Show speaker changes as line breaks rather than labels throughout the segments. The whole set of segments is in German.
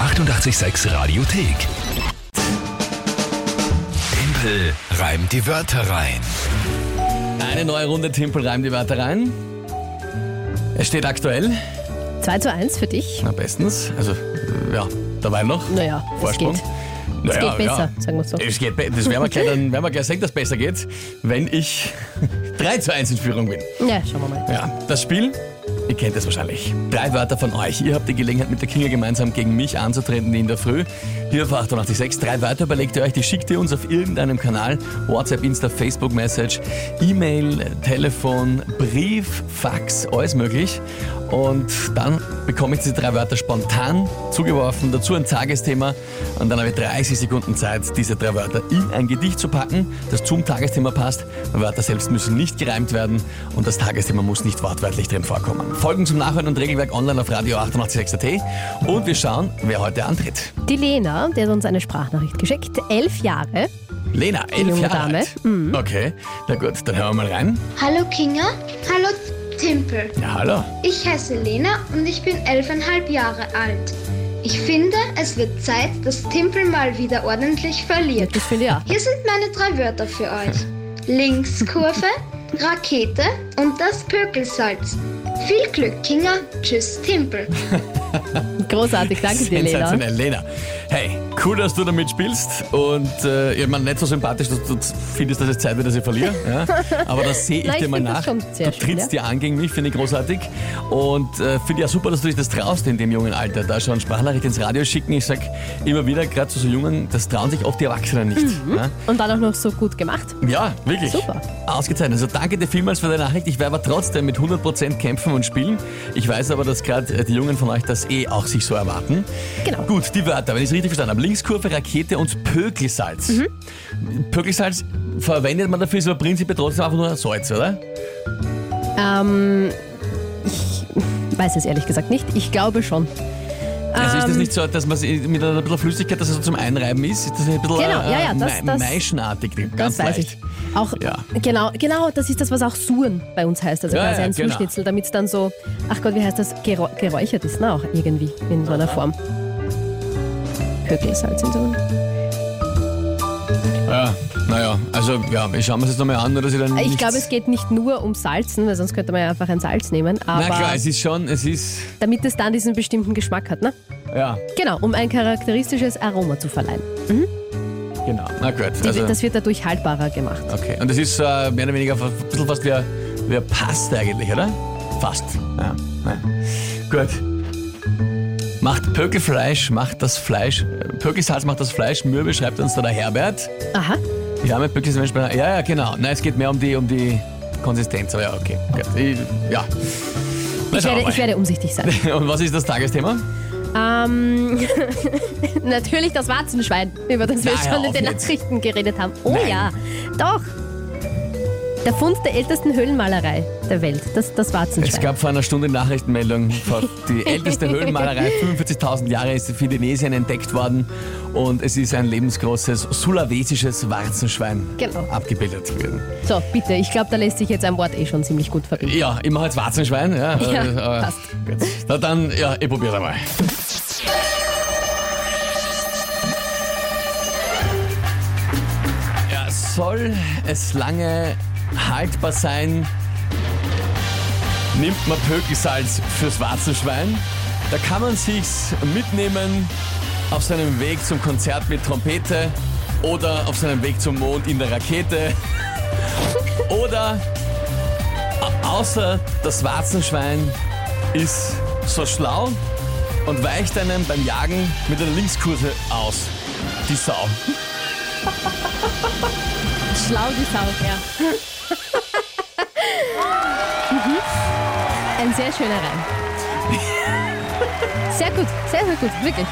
886 Radiothek. Tempel reimt die Wörter rein.
Eine neue Runde Timpel reimt die Wörter rein. Es steht aktuell,
2 zu 1 für dich.
na bestens, also ja, dabei noch.
Naja, es
Vorsprung.
geht. Es
Naja,
geht besser, sagen wir so.
Es geht be- das werden wir gleich, dann werden wir gleich sehen, dass es besser geht, wenn ich 3 zu 1 in Führung bin.
Ja, schauen wir mal.
Ja, das Spiel, ihr kennt es wahrscheinlich. Drei Wörter von euch. Ihr habt die Gelegenheit, mit der Kinga gemeinsam gegen mich anzutreten in der Früh. Hier auf 886. Drei Wörter überlegt ihr euch, die schickt ihr uns auf irgendeinem Kanal. WhatsApp, Insta, Facebook-Message, E-Mail, Telefon, Brief, Fax, alles möglich. Und dann bekomme ich diese drei Wörter spontan zugeworfen, dazu ein Tagesthema. Und dann habe ich 30 Sekunden Zeit, diese drei Wörter in ein Gedicht zu packen, das zum Tagesthema passt. Wörter selbst müssen nicht gereimt werden und das Tagesthema muss nicht wortwörtlich drin vorkommen. Folgen zum Nachhören und Regelwerk online auf Radio 886.at und wir schauen, wer heute antritt.
Die Lena, die hat uns eine Sprachnachricht geschickt. Elf Jahre.
Lena, elf
junge
Jahre
Dame. Mhm.
alt. Okay, na gut, dann hören wir mal rein.
Hallo Kinga, hallo Timpel.
Ja, hallo.
Ich heiße Lena und ich bin elfeinhalb Jahre alt. Ich finde, es wird Zeit, dass Timpel mal wieder ordentlich verliert.
Das finde ich auch.
Hier sind meine drei Wörter für euch. Linkskurve, Rakete und das Pökelsalz. Viel Glück, Kinga. Tschüss, Timpel.
Großartig, danke dir, Lena.
Sensationell, Lena. Hey, cool, dass du damit spielst. Und äh, ich meine, nicht so sympathisch, dass du findest, dass es Zeit wird, dass ich verliere. Ja? Aber das sehe ich
Nein,
dir
ich
mal
find das
nach.
schon sehr
Du
schön,
trittst dir an gegen mich, finde ich großartig. Und äh, finde ja super, dass du dich das traust in dem jungen Alter. Da schon Sprachnachricht ins Radio schicken. Ich sag immer wieder, gerade zu so Jungen, das trauen sich oft die Erwachsenen nicht. Ja?
Und dann auch noch so gut gemacht.
Ja, wirklich.
Super.
Ausgezeichnet. Also danke dir vielmals für deine Nachricht. Ich werde aber trotzdem mit 100% kämpfen und spielen. Ich weiß aber, dass gerade äh, die Jungen von euch das eh auch sich so erwarten.
Genau.
Gut, die Wörter, wenn ich es richtig verstanden habe. Linkskurve, Rakete und Pökelsalz.
Mhm.
Pökelsalz verwendet man dafür, ist aber prinzipiell trotzdem einfach nur Salz, oder?
Ähm, ich weiß es ehrlich gesagt nicht. Ich glaube schon.
Also ist das
Ähm,
nicht so, dass man mit einer bisschen Flüssigkeit, dass es so zum Einreiben ist? Ist das nicht ein bisschen
Genau,
äh,
ja, ja, das-
Mei-
das-
maischenartig? Ganz
Das weiß
leicht.
ich. Auch,
Ja.
genau, genau, das ist das, was auch Suren bei uns heißt. Also
Ja,
quasi
ja,
ein
genau.
Zuschnitzel, damit es dann so, ach Gott, wie heißt das, Gerä geräuchert ist, ne? Auch irgendwie in so einer Form. Pökelsalz in so einem.
Ja, naja, also ja, ich schaue mir das jetzt nochmal an, nur dass ich dann
Äh, Ich
nichts-
glaube, es geht nicht nur um Salzen, weil sonst könnte man ja einfach ein Salz nehmen,
Na
aber
klar, es ist schon, es ist...
damit es dann diesen bestimmten Geschmack hat, ne?
Ja,
Genau, um ein charakteristisches Aroma zu verleihen.
genau. Na gut.
Die,
Also,
das wird dadurch haltbarer gemacht.
okay. Und das ist äh, mehr oder weniger fa- ein bisschen fast wie, ein- wie ein Past eigentlich, oder? Fast. Ja. ja. Gut. Macht Pökelfleisch, macht das Fleisch, äh, Pökelsalz macht das Fleisch, Mürbe schreibt uns da der Herbert.
Aha,
Ja, mit Pökel ist ein Mensch bei- Ja, ja, genau. Nein, es geht mehr um die, um die Konsistenz, aber ja, okay. Gut. Ich, ja. Na,
ich
schauen
werde,
wir
ich werde umsichtig sein.
mal. Und was ist das Tagesthema?
Ähm, natürlich das Warzenschwein, über das wir
Na, hör
schon in
auf
den
jetzt.
Nachrichten geredet haben. Oh
Nein.
ja, doch. Der Fund der ältesten Höhlenmalerei der Welt, das, das
Es
Warzenschwein.
gab vor einer Stunde Nachrichtenmeldung, die älteste Höhlenmalerei, 45.000 Jahre ist in Indonesien entdeckt worden und es ist ein lebensgroßes sulawesisches Warzenschwein
Genau.
abgebildet worden.
so, bitte, ich glaube, da lässt sich jetzt ein Wort eh schon ziemlich gut verbinden.
Ja, ich mache jetzt Warzenschwein. Ja,
Ja,
äh, äh,
passt.
gut. Na dann, ja, ich probiere einmal. Ja, soll es lange haltbar sein, nimmt man Pökelsalz fürs Warzenschwein. Da kann man sich's mitnehmen auf seinem Weg zum Konzert mit Trompete oder auf seinem Weg zum Mond in der Rakete oder Außer das Warzenschwein ist so schlau und weicht einem beim Jagen mit einer Linkskurve aus. Die Sau.
Schlau die Sau, ja. Mhm. Ein sehr schöner Reim. Sehr gut, sehr, sehr gut, wirklich.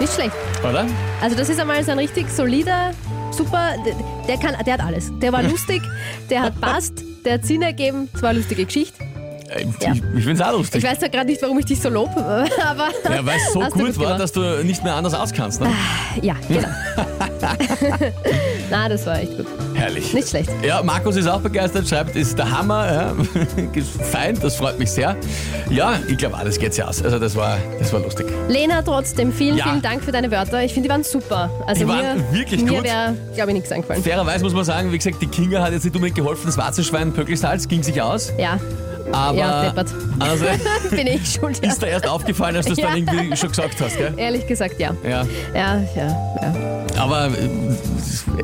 Nicht schlecht.
Oder?
Also das ist einmal so ein richtig solider, super, d- der kann, der hat alles. Der war lustig, der hat passt, der hat Sinn ergeben, es war eine lustige Geschichte.
Äh,
Ja.
Ich, ich find's auch
Ich
lustig.
weiß zwar gerade nicht, warum ich dich so lob, aber
ja, weil es so
Hast du
gut
gut
war,
gemacht.
dass du nicht mehr anders auskannst. Ne?
ja, genau. Na, das war echt gut.
Herrlich.
Ah, Nicht schlecht.
Ja, Markus ist auch begeistert, schreibt, ist der Hammer. Ja. Fein, das freut mich sehr. Ja, ich glaube, alles geht's ja aus. Also das war, das war lustig.
Lena, trotzdem vielen,
Ja.
vielen Dank für deine Wörter. Ich finde, die waren super. Also
Die waren
mir,
wirklich
mir
gut.
wäre, glaube ich, nichts eingefallen.
Fairerweise muss man sagen, wie gesagt, die Kinga hat jetzt nicht unbedingt geholfen. Das schwarze Schwein Pöckelsalz ging sich aus.
Ja,
Aber
Ja, deppert.
also,
bin ich schuld. Ja.
ist da erst aufgefallen, als du es dann irgendwie schon gesagt hast, gell?
Ehrlich gesagt, ja.
Ja,
Ja, ja, ja.
aber äh,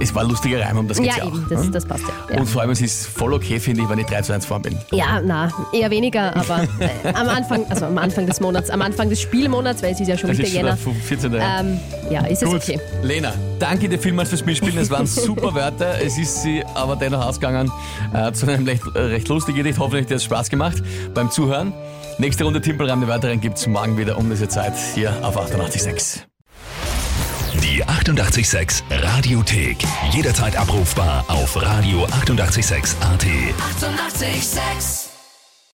es war ein lustiger Reim, um das geht's
Ja,
ja, auch.
eben,
hm?
das, das passt ja. ja.
Und vor allem, es ist voll okay, finde ich, wenn ich 3 zu 1 vorn bin.
Ja, na, eher weniger, aber äh, am Anfang, also am Anfang des Monats, am Anfang des Spielmonats, weil es ist ja schon
Das
wieder
ist schon der 14.
Jänner. Ähm, ja, ist es
Gut,
okay.
Lena, danke dir vielmals fürs Mitspielen. Es waren super Wörter. Es ist sie aber dennoch ausgegangen äh, zu einem recht, äh, recht lustigen Gedicht. Hoffentlich hat es Spaß gemacht beim Zuhören. Nächste Runde Timpelreim, die weiteren gibt's morgen wieder um diese Zeit hier auf 886.
Die 886 Radiothek. Jederzeit abrufbar auf radio886.at. 886!
886